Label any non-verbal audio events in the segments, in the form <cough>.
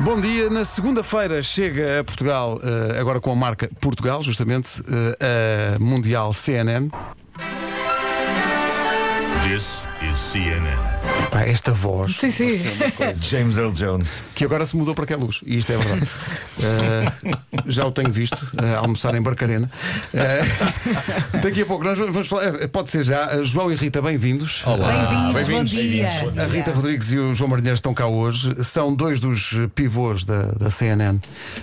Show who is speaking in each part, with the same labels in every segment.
Speaker 1: Bom dia. Na segunda-feira chega a Portugal, eh, agora com a marca Portugal, justamente, eh, a Mundial CNN.
Speaker 2: This is CNN.
Speaker 1: Pá, esta voz,
Speaker 3: Sim, sim.
Speaker 2: James Earl Jones.
Speaker 1: que agora se mudou para que é luz, e isto é verdade. Eh, já o tenho visto, eh, almoçar em Barcarena. Eh, daqui a pouco nós vamos falar, eh, pode ser já, eh, João e Rita, bem-vindos. Eh,
Speaker 3: Bem-vindos, bom
Speaker 2: bem-vindos,
Speaker 3: dia.
Speaker 2: bem-vindos, bom
Speaker 1: A Rita Rodrigues e o João Marinheiro estão cá hoje, são dois dos pivôs da, da CNN.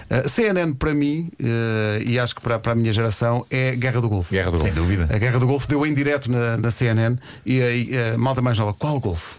Speaker 1: Eh, CNN, para mim, eh, e acho que para, para a minha geração, é Guerra do Golfo.
Speaker 2: Guerra do Sem dúvida.
Speaker 1: A Guerra do Golfo deu em direto na, na CNN e aí eh, malta mais nova, qual Golfo?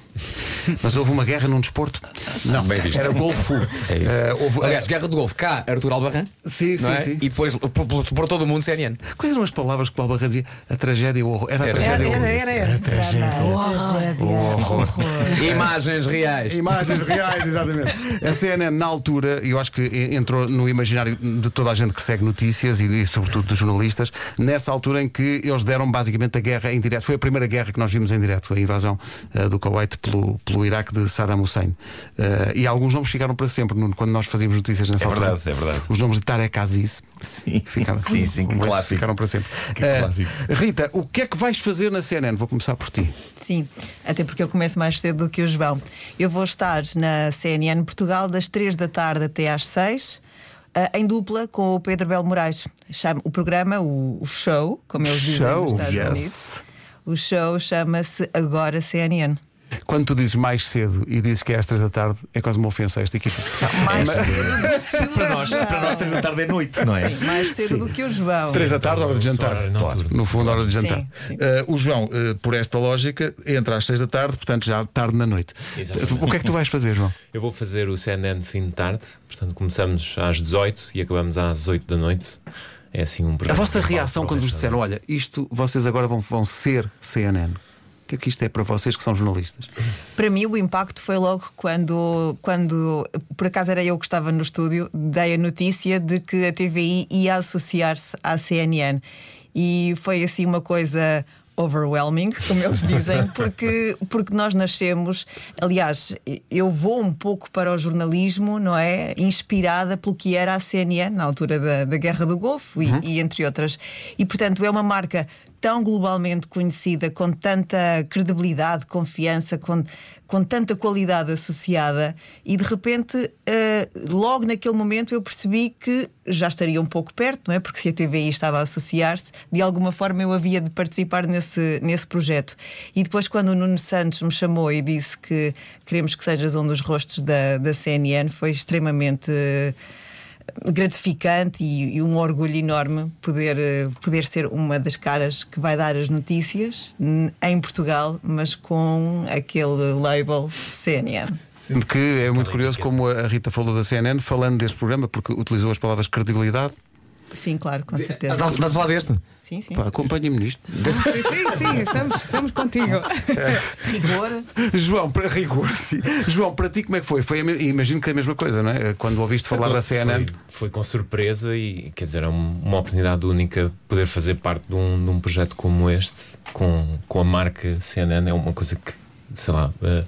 Speaker 1: Mas houve uma guerra num desporto? Não,
Speaker 4: Bem visto.
Speaker 1: era Golfo.
Speaker 4: É isso.
Speaker 1: Eh, houve-
Speaker 4: Aliás, Guerra do Golfo, cá, Arthur Albarran.
Speaker 1: Sim, sim,
Speaker 4: não é?
Speaker 1: sim.
Speaker 4: E depois por, por- por todo o mundo, CNN.
Speaker 1: <laughs> Quais eram as palavras que o Paulo Barra dizia? A tragédia e o horror. Era a
Speaker 4: Era-
Speaker 1: tragédia e o horror.
Speaker 3: era- era- era.
Speaker 1: a tragédia.
Speaker 4: Imagens reais.
Speaker 1: Imagens reais, exatamente. A CNN, na altura, eu acho que e- entrou no imaginário de toda a gente que segue notícias e, e sobretudo, dos jornalistas, nessa altura em que eles deram basicamente a guerra em direto. Foi a primeira guerra que nós vimos em direto, a invasão eh, do Kuwait pelo, pelo Iraque de Saddam Hussein. Eh, e alguns nomes ficaram para sempre, Nuno, quando nós fazíamos notícias nessa
Speaker 2: É
Speaker 1: altura.
Speaker 2: verdade, é verdade.
Speaker 1: Os nomes de Tarek Aziz
Speaker 2: Sim,
Speaker 1: ficaram,
Speaker 2: sim, sim, que
Speaker 1: esses
Speaker 2: clássico.
Speaker 1: ficaram para sempre.
Speaker 2: Que
Speaker 1: Eh,
Speaker 2: clássico.
Speaker 1: Rita, o que é que vais fazer na CNN? Vou começar por ti.
Speaker 5: Sim, até porque eu começo mais cedo do que o João. Eu vou estar na CNN Portugal das 3 da tarde até às 6, ah, em dupla com o Pedro Belo Moraes. Chama- O programa, o, o show, como eles dizem nos
Speaker 1: Show,
Speaker 5: Estados
Speaker 1: yes.
Speaker 5: Unidos. O show chama-se Agora CNN.
Speaker 1: Quando tu dizes mais cedo e dizes que é às três da tarde, é quase uma ofensa a esta equipa.
Speaker 5: Mais cedo
Speaker 2: <laughs>
Speaker 5: do que o
Speaker 2: Para nós,
Speaker 5: João.
Speaker 2: para nós, três da tarde é noite, não é?
Speaker 5: Sim, mais cedo do que o João.
Speaker 1: Três da tarde, hora de jantar. Claro. No fundo, hora de jantar.
Speaker 5: Sim, sim.
Speaker 1: Eh, o João, eh, por esta lógica, entra às seis da tarde, portanto já tarde na noite.
Speaker 6: Exatamente.
Speaker 1: O que é que tu vais fazer, João?
Speaker 6: Eu vou fazer o CNN de fim de tarde, portanto começamos às 18 e acabamos às 8 da noite. É assim um
Speaker 1: A
Speaker 6: programa
Speaker 1: vossa
Speaker 6: que <laughs> eu
Speaker 1: reação
Speaker 6: falo
Speaker 1: quando vos
Speaker 6: para o
Speaker 1: disseram, olha, isto vocês agora vão, vão ser CNN. O que é que isto é para vocês que são jornalistas?
Speaker 5: Para mim, o impacto foi logo quando, quando, por acaso era eu que estava no estúdio, dei a notícia de que a TVI ia associar-se à CNN. E foi assim uma coisa overwhelming, como eles dizem, porque, porque nós nascemos. Aliás, eu vou um pouco para o jornalismo, não é? Inspirada pelo que era a CNN na altura da, da Guerra do Golfo e- e entre outras. E portanto, é uma marca tão globalmente conhecida, com tanta credibilidade, confiança, com, com tanta qualidade associada, e de repente, eh, logo naquele momento, eu percebi que já estaria um pouco perto, não é? Porque se a TVI estava a associar-se, de alguma forma eu havia de participar nesse, nesse projeto. E depois, quando o Nuno Santos me chamou e disse que queremos que sejas um dos rostos da, da CNN, foi extremamente. eh, gratificante e, e um orgulho enorme poder, eh, poder ser uma das caras que vai dar as notícias n- em Portugal, mas com aquele label CNN.
Speaker 1: De que é muito curioso como a Rita falou da CNN, falando deste programa, porque utilizou as palavras credibilidade.
Speaker 5: Sim, claro, com certeza.
Speaker 4: Estás estás a falar deste?
Speaker 5: Sim, sim.
Speaker 1: Pá, Acompanha-me nisto.
Speaker 3: Sim, sim, sim, estamos, estamos contigo.
Speaker 5: Rigor.
Speaker 1: João, para rigor, sim. João, para ti como é que foi? foi a me- imagino que é a mesma coisa, não é? Quando ouviste falar da CNN.
Speaker 6: Foi, foi com surpresa e quer dizer, é um- uma oportunidade única poder fazer parte de um, de um projeto como este, com, com a marca CNN. É uma coisa que, sei lá, eh,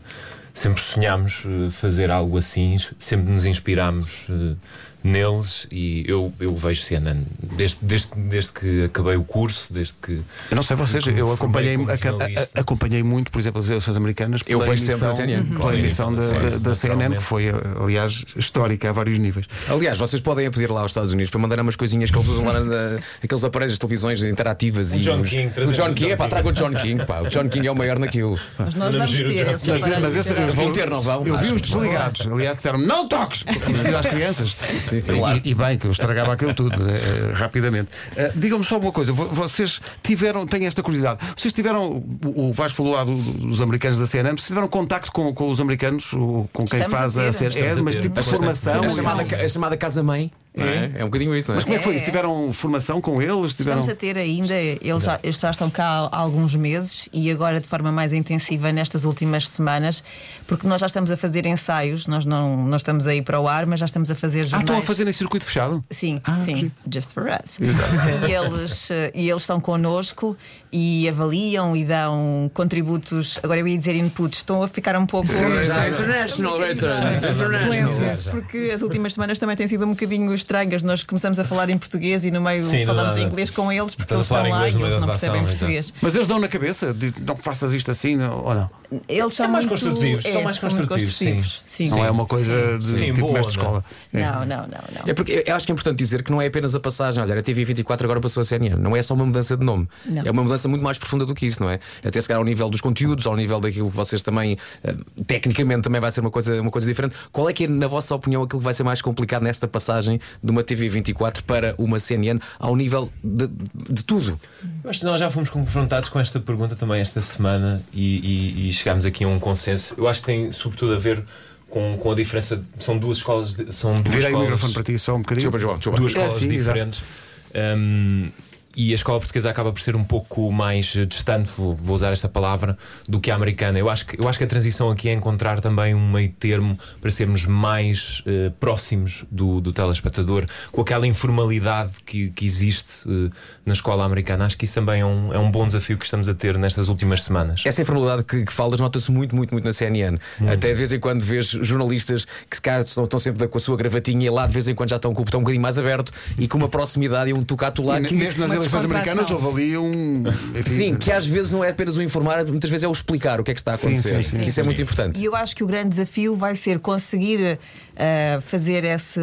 Speaker 6: sempre sonhámos eh, fazer algo assim, sempre nos inspirámos eh, neles e eu, eu vejo CNN desde, desde, desde que acabei o curso, desde que.
Speaker 1: Eu não sei vocês,
Speaker 6: Como
Speaker 1: eu
Speaker 6: formei
Speaker 1: acompanhei,
Speaker 6: como
Speaker 1: aca-
Speaker 6: jornalista.
Speaker 1: a- acompanhei muito, por exemplo, as eleições americanas.
Speaker 4: Eu
Speaker 1: pela
Speaker 4: vejo sempre
Speaker 1: emissão-
Speaker 4: a CNN,
Speaker 1: Pela
Speaker 6: claro.
Speaker 1: emissão da, da- da
Speaker 6: Naturalmente.
Speaker 1: CNN, que foi, aliás, histórica a vários níveis.
Speaker 4: Aliás, vocês podem a pedir lá aos Estados Unidos para mandarem umas coisinhas que eles usam lá na, na- aqueles aparelhos de televisões interativas e.
Speaker 6: John
Speaker 4: os-
Speaker 6: King,
Speaker 4: o
Speaker 6: trazemos
Speaker 4: John
Speaker 6: o
Speaker 4: King,
Speaker 6: John
Speaker 4: é pá,
Speaker 6: King.
Speaker 4: traga o John King, pá. O John King é o maior naquilo.
Speaker 5: Mas nós vamos
Speaker 6: giro,
Speaker 5: ter
Speaker 6: já.
Speaker 5: esse
Speaker 1: Mas, mas esse, eu,
Speaker 4: Vão
Speaker 1: vi- um-
Speaker 4: ter, não vão?
Speaker 1: eu vi
Speaker 4: Acho
Speaker 1: os
Speaker 4: que vão.
Speaker 1: desligados. Aliás, disseram não
Speaker 4: <laughs>
Speaker 1: toques! Como se diz às crianças.
Speaker 4: Sim, sim.
Speaker 1: E-
Speaker 4: Claro.
Speaker 1: E, bem, que eu estragava aquilo tudo, eh, eh, rapidamente. Eh, Digam-me só uma coisa: vo- vocês tiveram, tenho esta curiosidade, vocês tiveram, o o Vasco falou lá do- dos americanos da CNN, vocês tiveram contacto com, com os americanos, o- com quem
Speaker 5: Estamos a
Speaker 1: faz a,
Speaker 5: ter.
Speaker 1: CNN?
Speaker 6: Estamos
Speaker 1: É,
Speaker 6: a
Speaker 1: mas
Speaker 6: ter.
Speaker 1: tipo
Speaker 6: A
Speaker 1: formação. e-
Speaker 4: A é chamada, ca- a chamada Casa Mãe Então, não é? É um bocadinho isso, não é?
Speaker 1: Mas como é que foi? Isso? Tiveram formação com eles? Tiveram...
Speaker 5: Estamos a ter ainda, eles já, eles já estão cá há alguns meses e agora de forma mais intensiva nestas últimas semanas, porque nós já estamos a fazer ensaios, nós não, não estamos aí para o ar, mas já estamos a fazer
Speaker 1: Ah,
Speaker 5: jornais.
Speaker 1: estão a fazer em circuito fechado?
Speaker 5: Sim,
Speaker 1: Ah,
Speaker 5: sim,
Speaker 1: giro.
Speaker 5: just for us.
Speaker 1: Exato.
Speaker 5: <laughs> E eles, eh, e eles estão connosco e avaliam e dão contributos. Agora eu ia dizer inputs, estão a ficar um pouco.
Speaker 4: Já, é international returns. International.
Speaker 5: Influências, porque as últimas semanas também têm sido um bocadinho estranhas. Nós começamos a falar em português e no meio
Speaker 6: Sim,
Speaker 5: falamos
Speaker 6: nada.
Speaker 5: em inglês com eles porque
Speaker 6: Estás
Speaker 5: eles
Speaker 6: a falar
Speaker 5: estão lá
Speaker 6: inglês
Speaker 5: e eles
Speaker 6: no meio da
Speaker 5: não percebem
Speaker 6: redação,
Speaker 5: português.
Speaker 1: Mas eles dão na cabeça, de, não faças isto assim não- ou não?
Speaker 5: Eles são
Speaker 6: É mais
Speaker 5: muito,
Speaker 6: construtivos, são
Speaker 5: é,
Speaker 6: mais
Speaker 5: muito
Speaker 6: construtivos, sim.
Speaker 5: construtivos. Sim.
Speaker 1: Não é uma coisa de
Speaker 6: Sim,
Speaker 1: tipo
Speaker 6: boa,
Speaker 1: mestre de
Speaker 6: não é?
Speaker 1: escola. É.
Speaker 5: Não, não, não, não.
Speaker 4: É porque eu acho que é importante dizer que não é apenas a passagem, olha, a TV 24 agora passou a CNN, não é só uma mudança de nome,
Speaker 5: Não.
Speaker 4: é uma mudança muito mais profunda do que isso, não é? Até se calhar ao nível dos conteúdos, ao nível daquilo que vocês também, eh, tecnicamente também vai ser uma coisa, uma coisa diferente. Qual é que é, na vossa opinião, aquilo que vai ser mais complicado nesta passagem de uma TV 24 para uma CNN, ao nível de, de tudo?
Speaker 6: Eu acho que nós já fomos confrontados com esta pergunta também esta semana e, e- e chegámos aqui a um consenso. Eu acho que tem sobretudo a ver com, com a diferença. de- São duas escolas. de- são duas
Speaker 1: Virei o
Speaker 6: escolas-
Speaker 1: microfone para ti só um bocadinho.
Speaker 4: Desculpa, João, desculpa.
Speaker 6: duas
Speaker 1: É,
Speaker 6: escolas
Speaker 5: assim,
Speaker 1: sim,
Speaker 6: diferentes. Um, e a escola portuguesa acaba por ser um pouco mais eh, distante, vou, vou usar esta palavra, do que a americana. Eu acho que, eu acho que a transição aqui é encontrar também um meio termo para sermos mais eh, próximos do, do telespectador, com aquela informalidade que, que existe eh, na escola americana. Acho que isso também é um, é um bom desafio que estamos a ter nestas últimas semanas.
Speaker 1: É.
Speaker 4: Essa informalidade que, que falas nota-se muito, muito, muito na CNN. Até de vez em quando vês jornalistas que se calhar estão, estão sempre com a sua gravatinha e lá de vez em quando já estão com o botão um bocadinho mais aberto e com uma proximidade e um tocato lá
Speaker 1: E
Speaker 4: que
Speaker 1: Mesmo nas
Speaker 5: uma
Speaker 1: eleições
Speaker 5: descontração.
Speaker 1: americanas houve ali um. enfim,
Speaker 4: Sim, que às vezes não é apenas o informar, muitas vezes é o explicar o que é que está a
Speaker 1: Sim,
Speaker 4: acontecer.
Speaker 1: sim, sim,
Speaker 4: que isso é muito importante.
Speaker 5: E eu acho que o grande desafio vai ser conseguir eh, fazer esse.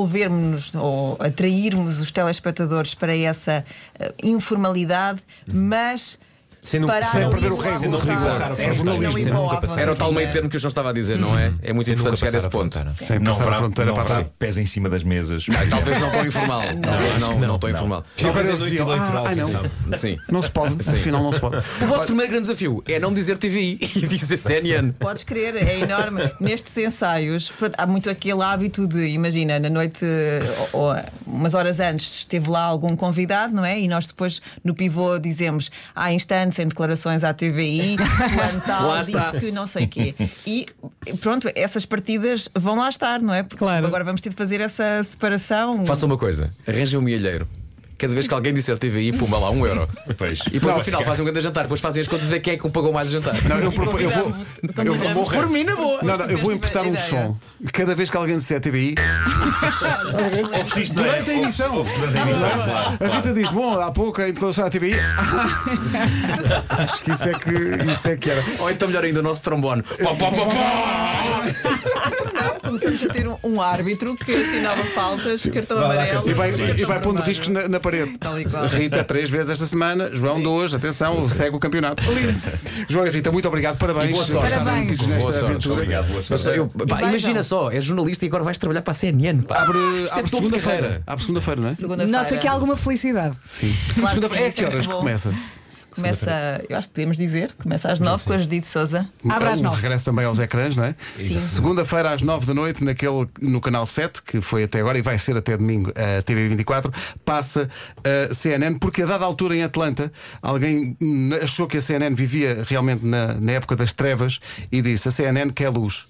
Speaker 5: envolvermos-nos ou atrairmos os telespectadores para essa eh, informalidade, mas.
Speaker 6: Sendo-
Speaker 5: parar
Speaker 6: sem
Speaker 5: ali
Speaker 1: perder o
Speaker 5: no
Speaker 1: rigor,
Speaker 5: altar,
Speaker 1: sem rigor. É
Speaker 5: não
Speaker 1: jornalismo,
Speaker 5: ir
Speaker 1: sem
Speaker 5: para o
Speaker 6: nunca
Speaker 5: altar.
Speaker 6: passar.
Speaker 4: Era o tal meio termo que o João estava a dizer, não é? É muito
Speaker 6: Sem nunca
Speaker 4: importante chegar a esse
Speaker 6: passar a
Speaker 4: ponto.
Speaker 6: fronteira.
Speaker 1: Sem
Speaker 2: Não
Speaker 1: passar a
Speaker 2: haverá-
Speaker 1: fronteira
Speaker 2: não
Speaker 1: para
Speaker 2: haverá
Speaker 1: trás.
Speaker 2: pés em cima das mesas.
Speaker 4: Talvez <laughs> não tão informal. Talvez não, não, tão informal.
Speaker 1: Talvez
Speaker 6: Sim.
Speaker 1: eles
Speaker 6: Noite
Speaker 1: diziam,
Speaker 6: eleitoral,
Speaker 1: ah, ah,
Speaker 6: sim.
Speaker 1: não.
Speaker 4: Sim.
Speaker 1: Não se pode,
Speaker 4: Sim.
Speaker 1: afinal não se pode.
Speaker 4: O vosso primeiro grande desafio é não dizer TVI <laughs> e dizer CNN.
Speaker 5: Podes crer, é enorme.
Speaker 1: <laughs>
Speaker 5: Nestes ensaios, pronto, há muito aquele hábito de, imagina, na noite eh, ou, ou umas horas antes esteve lá algum convidado, não é? E nós depois no pivô dizemos há instantes em declarações
Speaker 1: <laughs>
Speaker 5: à TVI, fulano
Speaker 4: Lá
Speaker 5: tal
Speaker 4: está.
Speaker 5: disse que não sei quê. E pronto, essas partidas vão lá estar, não é? Porque
Speaker 3: Claro.
Speaker 5: agora vamos ter de fazer essa separação.
Speaker 4: Faça uma coisa, arranjem um milheiro. Cada vez que alguém disser TVI, pumba lá, um euro.
Speaker 2: Pois.
Speaker 4: E depois no final fazem um grande jantar, depois fazem as contas e vê quem é que pagou mais o jantar.
Speaker 1: Não, eu, propo- eu vou.
Speaker 5: Convidamos-
Speaker 1: Eu vou morrer.
Speaker 5: Por mim, na boa.
Speaker 1: Não, não, eu vou
Speaker 5: Tiveste
Speaker 1: emprestar um
Speaker 5: ideia.
Speaker 1: som. Cada vez que alguém disser TBI, Durante a emissão.
Speaker 2: é? Durante a emissão, claro.
Speaker 1: a Rita diz: Bom, há pouco em declaração à TBI. <laughs> Acho que isso é que, isso é que era.
Speaker 4: Ou então melhor ainda o nosso trombone. Pó, pó, pó, pó!
Speaker 5: Começamos a ter um, um árbitro que assinava faltas, cartão amarelo.
Speaker 1: E vai,
Speaker 5: cartão
Speaker 1: e vai pondo
Speaker 5: vermelho.
Speaker 1: riscos na, na parede.
Speaker 5: Tal e qual.
Speaker 1: Rita, três vezes esta semana. João, duas. Atenção, segue o campeonato. João e Rita, muito obrigado. Parabéns.
Speaker 4: E boa sorte.
Speaker 1: Estarem
Speaker 5: Parabéns.
Speaker 1: metidos
Speaker 4: Boa
Speaker 1: Nesta
Speaker 4: sorte.
Speaker 1: aventura.
Speaker 2: Obrigado, boa
Speaker 4: Eu
Speaker 2: sorte.
Speaker 4: sei, eu- pá,
Speaker 5: vejam.
Speaker 4: imagina só, é jornalista e agora vais trabalhar para a CNN. Pá.
Speaker 1: Abre,
Speaker 4: Isto é
Speaker 1: abre
Speaker 4: topo de
Speaker 1: segunda-feira.
Speaker 4: carreira.
Speaker 1: Abre segunda-feira, não é?
Speaker 5: Segunda-feira.
Speaker 3: Nota aqui alguma felicidade.
Speaker 1: Sim.
Speaker 5: Claro que
Speaker 1: Segunda-feira. É que
Speaker 5: sim, isso é
Speaker 1: horas
Speaker 5: muito
Speaker 1: que
Speaker 5: bom.
Speaker 1: começa?
Speaker 5: Começa, eu acho que podemos dizer, começa às nove com a Judite Souza.
Speaker 3: Abre às
Speaker 1: Um
Speaker 3: nove.
Speaker 1: regresso também aos ecrãs, não é?
Speaker 5: Sim.
Speaker 1: Segunda-feira às 9 da noite, naquele, no canal 7, que foi até agora e vai ser até domingo, a TV24, passa a CNN, porque a dada altura em Atlanta, alguém hum, achou que a CNN vivia realmente na, na época das trevas e disse: a CNN quer luz.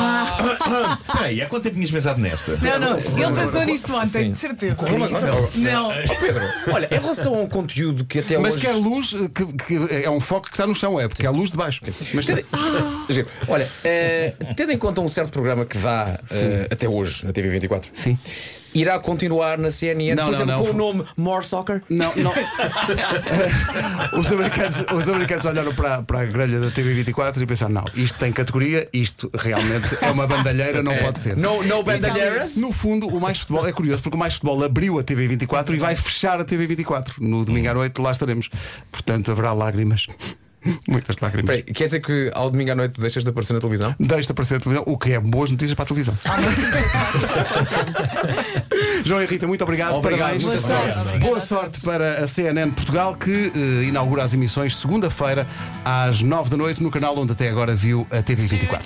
Speaker 2: Espera aí, há quanto tempo tinhas pensado nesta?
Speaker 3: Não, não, ele pensou nisto ontem, de certeza.
Speaker 1: é
Speaker 3: Não,
Speaker 4: Pedro, olha, em relação a um conteúdo que até
Speaker 1: Mas
Speaker 4: hoje.
Speaker 1: quer luz, eh, que, que é um foco que está no chão, é porque é a luz de baixo. Mas
Speaker 4: Giro. Olha, eh, tendo em conta um certo programa que dá eh, até hoje na TV24,
Speaker 1: Sim.
Speaker 4: irá continuar na CNN,
Speaker 1: Não,
Speaker 4: por
Speaker 1: não,
Speaker 4: exemplo,
Speaker 1: não.
Speaker 4: com o nome More Soccer?
Speaker 1: Não, não. <laughs> os, americanos, os americanos olharam para, para a grelha da TV24 e pensaram: não, isto tem categoria, isto realmente é uma bandalheira, não pode ser.
Speaker 4: No, no Bandeiras?
Speaker 1: No fundo, o Mais Futebol é curioso porque o Mais Futebol abriu a TV24 e vai fechar a TV24. No domingo à noite lá estaremos. Portanto, haverá lágrimas. <laughs> Muitas lágrimas.
Speaker 4: Peraí, quer dizer que ao domingo à noite deixas de aparecer na televisão?
Speaker 1: Deixa aparecer a televisão, o que é boas notícias para a televisão. João e Rita, muito obrigado.
Speaker 4: Obrigado,
Speaker 1: Parabéns.
Speaker 4: muita
Speaker 1: Boa
Speaker 4: sorte.
Speaker 1: sorte. Boa sorte para a CNN Portugal, que eh, inaugura as emissões segunda-feira às nove da noite no canal onde até agora viu a TV24.